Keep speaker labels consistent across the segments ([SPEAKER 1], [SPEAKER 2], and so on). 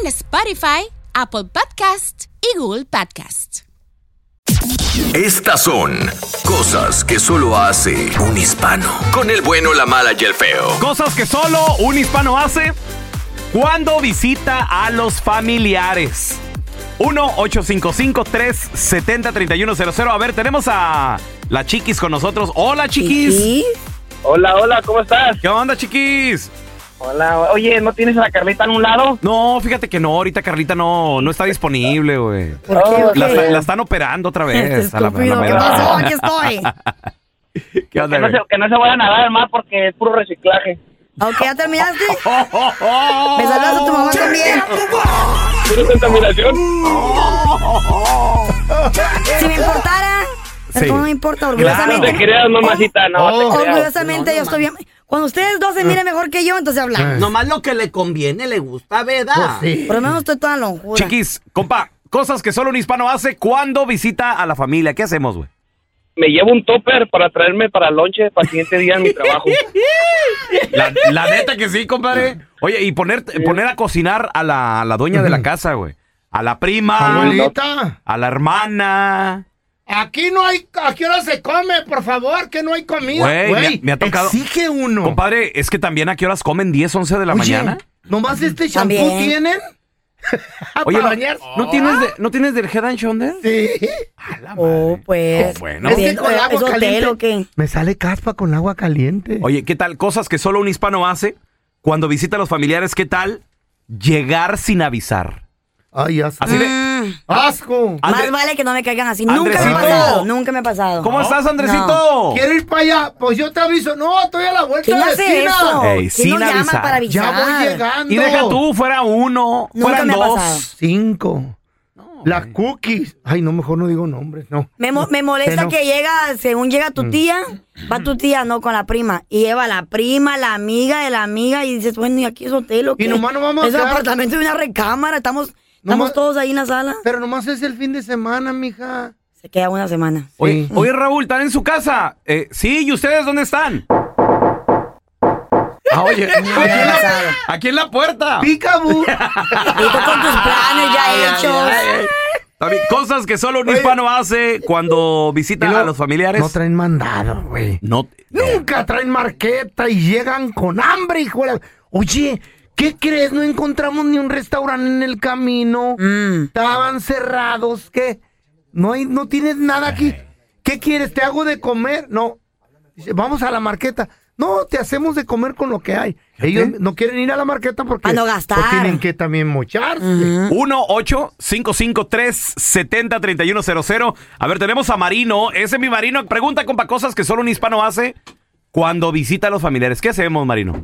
[SPEAKER 1] en Spotify, Apple Podcast y Google Podcast.
[SPEAKER 2] Estas son cosas que solo hace un hispano. Con el bueno, la mala y el feo.
[SPEAKER 3] Cosas que solo un hispano hace cuando visita a los familiares. 1-855-370-3100. A ver, tenemos a la Chiquis con nosotros. Hola, Chiquis.
[SPEAKER 4] Hola, hola, ¿cómo estás?
[SPEAKER 3] ¿Qué onda, Chiquis?
[SPEAKER 4] Hola, oye, ¿no tienes a la Carlita en un lado?
[SPEAKER 3] No, fíjate que no, ahorita Carlita no, no está disponible, güey.
[SPEAKER 5] ¿Por qué?
[SPEAKER 4] Oh,
[SPEAKER 3] La,
[SPEAKER 4] ok.
[SPEAKER 3] está- la están operando otra vez. a la- a la
[SPEAKER 5] Estúpido, ¿qué
[SPEAKER 3] mera hora.
[SPEAKER 5] pasó? Aquí estoy.
[SPEAKER 3] ¿Qué onda,
[SPEAKER 4] Que no,
[SPEAKER 3] güey?
[SPEAKER 4] se, que no se vayan a dar más porque es puro reciclaje.
[SPEAKER 5] Ok, ¿ya terminaste?
[SPEAKER 3] Oh, oh, oh.
[SPEAKER 5] Me saludas a tu mamá también.
[SPEAKER 4] ¿Tienes contaminación?
[SPEAKER 5] Si me importara, pero
[SPEAKER 3] Sí.
[SPEAKER 5] como no me importa,
[SPEAKER 4] No te
[SPEAKER 5] orgullosamente.
[SPEAKER 4] creas, mamacita, no
[SPEAKER 3] Oh.
[SPEAKER 4] te creas.
[SPEAKER 5] Orgullosamente yo estoy bien. Cuando ustedes dos
[SPEAKER 3] Ah.
[SPEAKER 5] se miren mejor que yo, entonces hablamos.
[SPEAKER 6] Nomás lo que le conviene, le gusta, ¿verdad?
[SPEAKER 5] Por lo menos estoy toda lonjura.
[SPEAKER 3] Chiquis, compa, cosas que solo un hispano hace cuando visita a la familia. ¿Qué hacemos, güey?
[SPEAKER 4] Me llevo un topper para traerme para lonche para el siguiente día en mi trabajo.
[SPEAKER 3] La, la neta que sí, compadre. Oye, y poner, poner a cocinar a la, a la dueña de la casa, güey. A la prima,
[SPEAKER 7] Abuelita,
[SPEAKER 3] a la hermana.
[SPEAKER 7] aquí no hay, aquí ahora se come, por favor, que no hay comida.
[SPEAKER 3] Güey, me ha- me ha tocado-
[SPEAKER 7] Exige uno.
[SPEAKER 3] Compadre, es que también a qué horas comen, 10, 11 de la
[SPEAKER 7] Oye,
[SPEAKER 3] mañana.
[SPEAKER 7] Nomás este champú
[SPEAKER 5] También.
[SPEAKER 7] tienen.
[SPEAKER 3] Oye, no,
[SPEAKER 7] para bañarse.
[SPEAKER 3] ¿no tienes de, ¿no tienes del head and shoulder?
[SPEAKER 7] Sí.
[SPEAKER 3] A la
[SPEAKER 5] Oh,
[SPEAKER 3] madre.
[SPEAKER 5] pues.
[SPEAKER 3] Oh, bueno.
[SPEAKER 5] ¿Es,
[SPEAKER 7] Es que con el agua
[SPEAKER 5] ¿Es hotel
[SPEAKER 7] caliente-
[SPEAKER 5] o qué?
[SPEAKER 7] Me sale caspa con agua caliente.
[SPEAKER 3] Oye, ¿qué tal? Cosas que solo un hispano hace cuando visita a los familiares. ¿Qué tal? Llegar sin avisar.
[SPEAKER 7] Ay, asco.
[SPEAKER 3] Así de-
[SPEAKER 5] Mm,
[SPEAKER 7] Asco.
[SPEAKER 3] Andre-
[SPEAKER 5] Más vale que no me caigan así. Nunca me
[SPEAKER 3] Andresito.
[SPEAKER 5] ha pasado. Nunca me ha pasado.
[SPEAKER 3] ¿Cómo estás,
[SPEAKER 5] No.
[SPEAKER 3] Andresito?
[SPEAKER 7] ¿Quiero ir para allá? Pues yo te aviso. No, estoy a la vuelta
[SPEAKER 5] ¿Quién
[SPEAKER 7] de la
[SPEAKER 5] hace
[SPEAKER 7] esquina.
[SPEAKER 5] eso?
[SPEAKER 3] Ey,
[SPEAKER 5] ¿Quién
[SPEAKER 3] sin
[SPEAKER 5] nos
[SPEAKER 3] avisar.
[SPEAKER 5] llama para
[SPEAKER 7] Ya
[SPEAKER 5] avisar?
[SPEAKER 7] voy llegando.
[SPEAKER 3] Y deja tú, fuera uno,
[SPEAKER 5] Nunca
[SPEAKER 3] fueran
[SPEAKER 5] me ha
[SPEAKER 3] dos.
[SPEAKER 5] pasado.
[SPEAKER 7] Cinco. Las cookies. Ay, no, mejor no digo nombres, no.
[SPEAKER 5] Me, mo- me molesta
[SPEAKER 7] Pero- Mm.
[SPEAKER 5] que llega, según llega tu tía, va tu tía, no con la prima. Y lleva a la prima, la amiga de la amiga, y dices, bueno, ¿y aquí es hotel o qué?
[SPEAKER 7] nomás nos vamos a
[SPEAKER 5] Es un
[SPEAKER 7] quedar-
[SPEAKER 5] apartamento de una recámara, estamos, estamos
[SPEAKER 7] Nomás-
[SPEAKER 5] todos ahí en la sala.
[SPEAKER 7] Pero nomás es el fin de semana, mija.
[SPEAKER 5] Se queda una semana.
[SPEAKER 3] Oye,
[SPEAKER 7] Sí.
[SPEAKER 3] oye, Raúl, ¿están en su casa? Eh, sí, ¿y ustedes dónde están? Ah, oye, aquí, en la, aquí en la puerta.
[SPEAKER 7] Picaboo.
[SPEAKER 5] Y tú con tus planes ya hechos.
[SPEAKER 3] También, cosas que solo un hispano hace cuando visita a los familiares.
[SPEAKER 7] No traen mandado, güey.
[SPEAKER 3] No-
[SPEAKER 7] Nunca traen marqueta y llegan con hambre, hijo. de la- Oye, ¿qué crees? No encontramos ni un restaurante en el camino.
[SPEAKER 5] Mm.
[SPEAKER 7] Estaban cerrados. ¿Qué? No, hay, no tienes nada aquí. ¿Qué quieres? ¿Te hago de comer? No. Dice, vamos a la marqueta. No, te hacemos de comer con lo que hay. Ellos no quieren ir a la marqueta porque
[SPEAKER 5] Para no gastar.
[SPEAKER 7] pues, tienen que también mocharse.
[SPEAKER 3] 1 8 70 3100 A ver, tenemos a Marino. Ese es mi Marino. Pregunta, compa, cosas que solo un hispano hace cuando visita a los familiares. ¿Qué hacemos, Marino?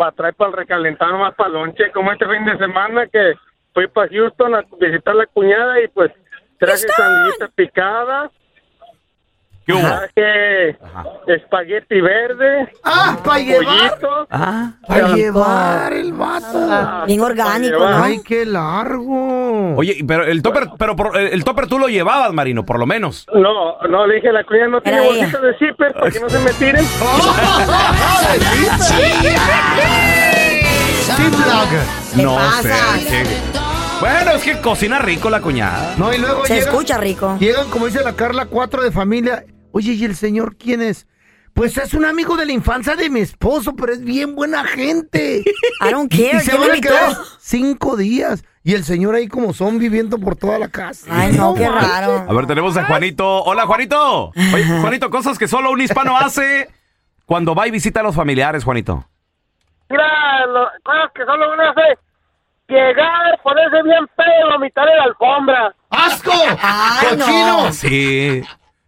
[SPEAKER 8] va a traer para el recalentado más para lonche, como este fin de semana que fui para Houston a visitar a la cuñada y pues traje sandillitas picadas,
[SPEAKER 3] ¿Qué hubo?
[SPEAKER 8] traje espagueti verde,
[SPEAKER 7] Ah, para llevar.
[SPEAKER 8] pollitos.
[SPEAKER 3] Ah,
[SPEAKER 7] Para llevar el vato.
[SPEAKER 5] Bien orgánico,
[SPEAKER 8] Ah.
[SPEAKER 5] ¿no?
[SPEAKER 7] Ay, qué largo.
[SPEAKER 3] Oye, y pero el topper, pero por- el, el topper tú lo llevabas, Marino, por lo menos.
[SPEAKER 8] No, no, le dije a la cuñada no tiene
[SPEAKER 5] Era
[SPEAKER 8] bolsita de zipper para que no se me tiren.
[SPEAKER 7] Sí, blogger.
[SPEAKER 5] ¿Qué pasa?
[SPEAKER 3] qué- Bueno, es que cocina rico la cuñada.
[SPEAKER 7] No, y luego
[SPEAKER 5] Se
[SPEAKER 7] llegan,
[SPEAKER 5] escucha rico.
[SPEAKER 7] llegan, como dice la Carla, cuatro de familia. Oye, ¿y el señor quién es? Pues es un amigo de la infancia de mi esposo, pero es bien buena gente.
[SPEAKER 5] I don't care,
[SPEAKER 7] Y se
[SPEAKER 5] ¿quién
[SPEAKER 7] van
[SPEAKER 5] lo
[SPEAKER 7] a
[SPEAKER 5] invitó?
[SPEAKER 7] quedar cinco días. Y el señor ahí como son viviendo por toda la casa.
[SPEAKER 5] Ay, no, qué raro.
[SPEAKER 3] A ver, tenemos a Juanito. Hola, Juanito. Oye, Juanito, cosas que solo un hispano hace cuando va y visita a los familiares, Juanito.
[SPEAKER 8] Mira, lo- cosas que solo uno hace. Llegar, ponerse bien pedo, vomitar en la alfombra.
[SPEAKER 7] ¡Asco!
[SPEAKER 5] Ay, no.
[SPEAKER 7] ¡Cochino!
[SPEAKER 3] Sí.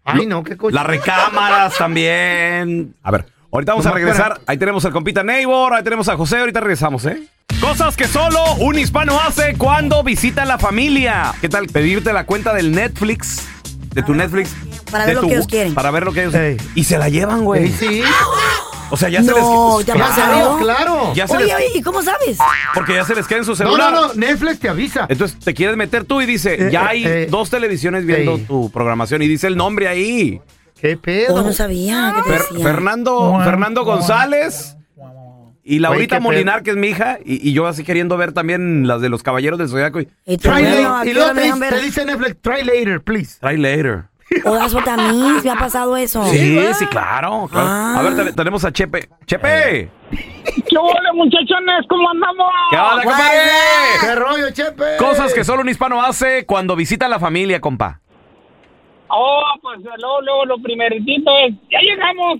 [SPEAKER 7] Ay, no, qué cochino.
[SPEAKER 3] Las recámaras también. A ver, ahorita vamos a regresar. Ahí tenemos al compita Neighbor, ahí tenemos a José, ahorita regresamos, ¿eh? Cosas que solo un hispano hace cuando visita a la familia. ¿Qué tal? Pedirte la cuenta del Netflix, de tu Netflix.
[SPEAKER 5] Para
[SPEAKER 3] de
[SPEAKER 5] ver lo
[SPEAKER 3] tu-
[SPEAKER 5] que ellos quieren.
[SPEAKER 3] Para ver lo que ellos
[SPEAKER 7] Ey.
[SPEAKER 3] Y se la llevan, güey.
[SPEAKER 7] Ey, sí.
[SPEAKER 3] O sea, ya se les...
[SPEAKER 5] No, ya
[SPEAKER 3] Claro,
[SPEAKER 5] pasó.
[SPEAKER 7] claro.
[SPEAKER 3] Ya se
[SPEAKER 5] Oye,
[SPEAKER 3] les-
[SPEAKER 5] oye, ¿y cómo sabes?
[SPEAKER 3] Porque ya se les queda en su
[SPEAKER 7] No,
[SPEAKER 3] celular.
[SPEAKER 7] no, no. Netflix te avisa.
[SPEAKER 3] Entonces te quieres meter tú y dice,
[SPEAKER 7] Eh,
[SPEAKER 3] ya
[SPEAKER 7] eh,
[SPEAKER 3] hay
[SPEAKER 7] eh.
[SPEAKER 3] dos televisiones viendo
[SPEAKER 7] Ey.
[SPEAKER 3] tu programación y dice el nombre ahí.
[SPEAKER 7] ¿Qué pedo?
[SPEAKER 5] Oh, no sabía que te
[SPEAKER 3] Fer-
[SPEAKER 5] decía.
[SPEAKER 3] Fernando, Fernando González y Laurita
[SPEAKER 7] Oye, qué
[SPEAKER 3] Molinar, que es mi hija, y, y yo así queriendo ver también las de los Caballeros del Zodiaco. y-
[SPEAKER 5] Y tú,
[SPEAKER 7] Try
[SPEAKER 5] bueno,
[SPEAKER 7] later.
[SPEAKER 5] aquí
[SPEAKER 7] Y
[SPEAKER 5] ahora
[SPEAKER 7] luego
[SPEAKER 5] me
[SPEAKER 7] te,
[SPEAKER 5] dejan
[SPEAKER 7] dice-
[SPEAKER 5] ver.
[SPEAKER 7] te dice Netflix, try later, please.
[SPEAKER 3] Try later.
[SPEAKER 5] O das otra Miss, me ha pasado eso.
[SPEAKER 3] Sí, sí, claro. claro.
[SPEAKER 5] Oh. Ah.
[SPEAKER 3] A ver, te- tenemos a Chepe. ¡Chepe!
[SPEAKER 8] ¿Qué hola, muchachones? ¿Cómo andamos?
[SPEAKER 3] ¿Qué onda, compadre?
[SPEAKER 7] ¡Qué rollo, Chepe!
[SPEAKER 3] Cosas que solo un hispano hace cuando visita a la familia, compa.
[SPEAKER 8] Oh, pues luego, luego lo primerito es, ya llegamos,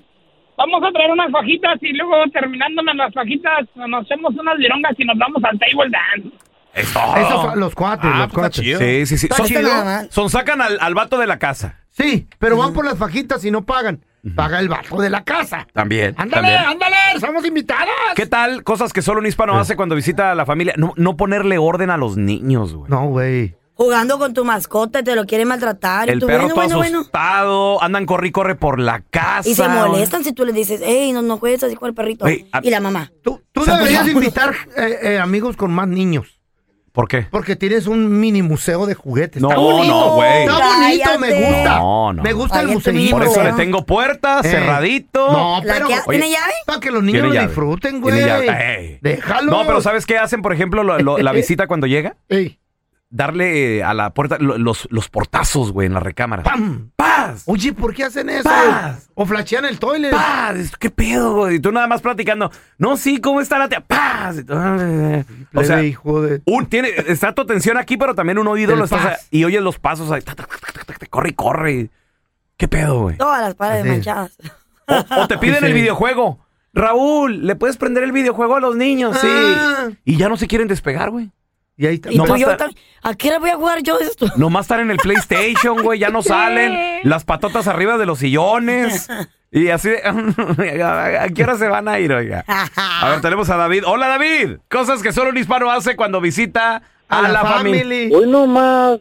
[SPEAKER 8] vamos a traer unas fajitas y luego terminándonos las fajitas nos hacemos unas lirongas y nos vamos al table dance.
[SPEAKER 3] Eso.
[SPEAKER 7] Eso fue- los cuates,
[SPEAKER 3] Ah,
[SPEAKER 7] los
[SPEAKER 3] pues,
[SPEAKER 7] cuates.
[SPEAKER 3] está Sí, sí, sí.
[SPEAKER 5] Está
[SPEAKER 3] Son,
[SPEAKER 5] chido. Está nada mal.
[SPEAKER 3] son sacan al, al vato de la casa.
[SPEAKER 7] Sí, pero van por las fajitas y no pagan. Paga el bajo de la casa.
[SPEAKER 3] También.
[SPEAKER 7] ¡Ándale,
[SPEAKER 3] también.
[SPEAKER 7] ándale! ¡Somos invitadas!
[SPEAKER 3] ¿Qué tal cosas que solo un hispano hace cuando visita a la familia? No, no ponerle orden a los niños, güey.
[SPEAKER 7] No, güey.
[SPEAKER 5] Jugando con tu mascota y te lo quieren maltratar. y
[SPEAKER 3] El
[SPEAKER 5] tú,
[SPEAKER 3] perro
[SPEAKER 5] bueno,
[SPEAKER 3] todo
[SPEAKER 5] bueno, bueno.
[SPEAKER 3] asustado, andan corre y corre por la casa.
[SPEAKER 5] Y se
[SPEAKER 3] güey.
[SPEAKER 5] molestan si tú les dices, hey, no, no juegues así con el perrito.
[SPEAKER 3] Oye, a-
[SPEAKER 5] Y la mamá.
[SPEAKER 7] Tú, tú
[SPEAKER 5] O sea,
[SPEAKER 7] deberías
[SPEAKER 5] por
[SPEAKER 7] invitar eh, eh, amigos con más niños.
[SPEAKER 3] ¿Por qué?
[SPEAKER 7] Porque tienes un mini museo de juguetes.
[SPEAKER 3] No,
[SPEAKER 7] Está bonito.
[SPEAKER 3] no, güey.
[SPEAKER 7] Está bonito, me
[SPEAKER 5] Cállate.
[SPEAKER 7] gusta.
[SPEAKER 3] No, no.
[SPEAKER 7] Me gusta el
[SPEAKER 5] Ay, este
[SPEAKER 7] museíto.
[SPEAKER 3] Por
[SPEAKER 5] Sí,
[SPEAKER 3] eso
[SPEAKER 5] no.
[SPEAKER 3] le tengo puerta,
[SPEAKER 7] Eh.
[SPEAKER 3] cerradito.
[SPEAKER 7] No,
[SPEAKER 5] ¿La
[SPEAKER 7] pero...
[SPEAKER 5] que hace-
[SPEAKER 7] Oye,
[SPEAKER 5] tiene llave?
[SPEAKER 7] Para que los
[SPEAKER 3] Tiene
[SPEAKER 7] niños lo
[SPEAKER 3] llave.
[SPEAKER 7] disfruten, güey.
[SPEAKER 3] Tiene llave. Ey.
[SPEAKER 7] Déjalo.
[SPEAKER 3] No, pero ¿sabes qué hacen, por ejemplo, lo- lo- la visita cuando llega?
[SPEAKER 7] Ey,
[SPEAKER 3] Darle eh, a la puerta lo- los, los portazos, güey, en la recámara.
[SPEAKER 7] ¡Pam!
[SPEAKER 3] ¡Paz!
[SPEAKER 7] Oye, ¿por qué hacen eso?
[SPEAKER 3] Paz.
[SPEAKER 7] O flashean el toilet.
[SPEAKER 3] ¡Paz! ¿Qué pedo, güey? Y tú nada más platicando. No, sí, ¿cómo está la tía? ¡Paz! Y tú, "Ah". O
[SPEAKER 7] Plebe,
[SPEAKER 3] sea,
[SPEAKER 7] hijo de...
[SPEAKER 3] un- tiene, está tu atención aquí, pero también un oído
[SPEAKER 7] El
[SPEAKER 3] lo estás-
[SPEAKER 7] paz.
[SPEAKER 3] y oyes los pasos ahí. ta, ta, ta, ta, ta, ta, corre y corre. ¿Qué pedo, güey?
[SPEAKER 5] Todas las paredes
[SPEAKER 7] Así.
[SPEAKER 5] manchadas.
[SPEAKER 3] O, o te piden
[SPEAKER 7] Sí.
[SPEAKER 3] el videojuego. Raúl, ¿le puedes prender el videojuego a los niños? Sí.
[SPEAKER 7] Ah.
[SPEAKER 3] Y ya no se quieren despegar, güey.
[SPEAKER 7] Y ahí está.
[SPEAKER 5] Y
[SPEAKER 3] No
[SPEAKER 5] tú,
[SPEAKER 3] más
[SPEAKER 5] yo,
[SPEAKER 3] ta-
[SPEAKER 5] tam- ¿a qué hora voy a jugar yo esto?
[SPEAKER 3] Nomás están en el PlayStation, güey. Ya no salen. Las patotas arriba de los sillones. Y así de... ¿A qué hora se van a ir, oiga? A ver, tenemos a David. Hola, David. Cosas que solo un hispano hace cuando visita a, la, familia.
[SPEAKER 8] Hoy nomás.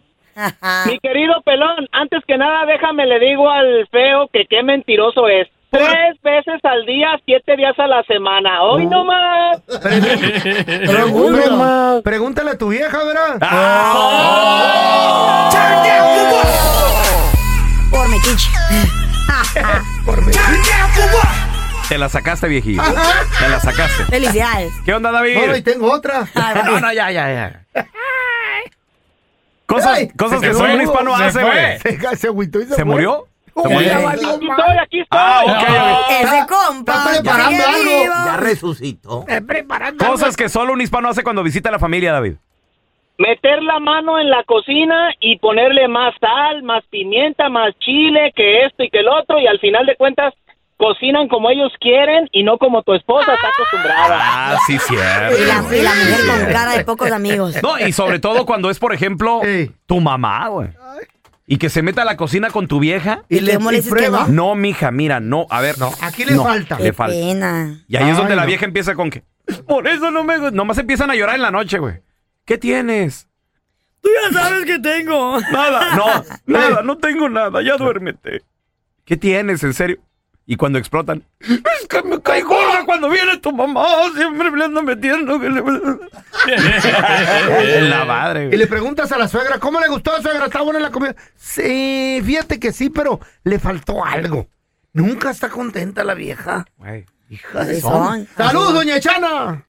[SPEAKER 8] Mi querido pelón, antes que nada déjame le digo al feo que qué mentiroso es. Tres veces al día, siete días a la semana. Hoy nomás.
[SPEAKER 7] Pregúntale, pregúntale a tu vieja, ¿verdad?
[SPEAKER 3] Ah,
[SPEAKER 5] Por metiche.
[SPEAKER 3] Te la sacaste, viejillo. Te la sacaste.
[SPEAKER 5] Felicidades.
[SPEAKER 3] ¿Qué onda, David?
[SPEAKER 7] No, y tengo otra.
[SPEAKER 3] No, no, ya, ya, ya. Cosas,
[SPEAKER 7] Ay,
[SPEAKER 3] cosas
[SPEAKER 7] se
[SPEAKER 3] que
[SPEAKER 7] te
[SPEAKER 3] solo un
[SPEAKER 7] fue.
[SPEAKER 3] hispano
[SPEAKER 7] Se
[SPEAKER 3] hace, güey.
[SPEAKER 7] Se, se agüitó y se
[SPEAKER 3] ¿Se
[SPEAKER 7] fue.
[SPEAKER 3] murió? ¿Se
[SPEAKER 7] Uy,
[SPEAKER 3] murió?
[SPEAKER 7] ya
[SPEAKER 5] Ay,
[SPEAKER 7] valió
[SPEAKER 8] Aquí
[SPEAKER 7] madre.
[SPEAKER 8] estoy, aquí estoy.
[SPEAKER 3] Ah, ok, ok.
[SPEAKER 5] Ese compa.
[SPEAKER 7] Está preparando
[SPEAKER 5] sigue
[SPEAKER 7] algo.
[SPEAKER 5] vivo.
[SPEAKER 6] Ya resucitó.
[SPEAKER 3] Cosas que solo un hispano hace cuando visita a la familia, David.
[SPEAKER 8] Meter la mano en la cocina y ponerle más sal, más pimienta, más chile, que esto y que el otro, y al final de cuentas cocinan como ellos quieren y no como tu esposa está acostumbrada.
[SPEAKER 3] Ah, sí, cierto.
[SPEAKER 5] Y la, y la
[SPEAKER 3] Sí,
[SPEAKER 5] mujer con
[SPEAKER 3] cierto.
[SPEAKER 5] cara de pocos amigos.
[SPEAKER 3] No, y sobre todo cuando es, por ejemplo,
[SPEAKER 7] Ey.
[SPEAKER 3] tu mamá, güey. Y que se meta a la cocina con tu vieja.
[SPEAKER 7] Y
[SPEAKER 5] Y
[SPEAKER 7] le
[SPEAKER 5] tú molestes que
[SPEAKER 7] prueba.
[SPEAKER 5] no.
[SPEAKER 3] No, mija, mira, no, a ver. No,
[SPEAKER 7] aquí le falta.
[SPEAKER 3] Le
[SPEAKER 5] Qué
[SPEAKER 3] falta.
[SPEAKER 5] pena.
[SPEAKER 3] Y ahí es
[SPEAKER 7] Ay,
[SPEAKER 3] donde la
[SPEAKER 7] no.
[SPEAKER 3] vieja empieza con que. Por eso no me. gu-". Nomás empiezan a llorar en la noche, güey. ¿Qué tienes?
[SPEAKER 5] Tú ya sabes que tengo.
[SPEAKER 3] Nada, no, nada, no tengo nada, ya duérmete. ¿Qué tienes, en serio? Y cuando explotan, es que me cae gorda cuando viene tu mamá, siempre me anda metiendo. que le- la madre.
[SPEAKER 7] Y
[SPEAKER 3] güey.
[SPEAKER 7] le preguntas a la suegra, ¿cómo le gustó suegra? ¿Está buena la comida? Sí, fíjate que sí, pero le faltó algo. Nunca está contenta la vieja.
[SPEAKER 3] Güey.
[SPEAKER 7] Hija
[SPEAKER 5] Sí
[SPEAKER 7] de
[SPEAKER 5] son.
[SPEAKER 7] son. ¡Salud, doña Chana!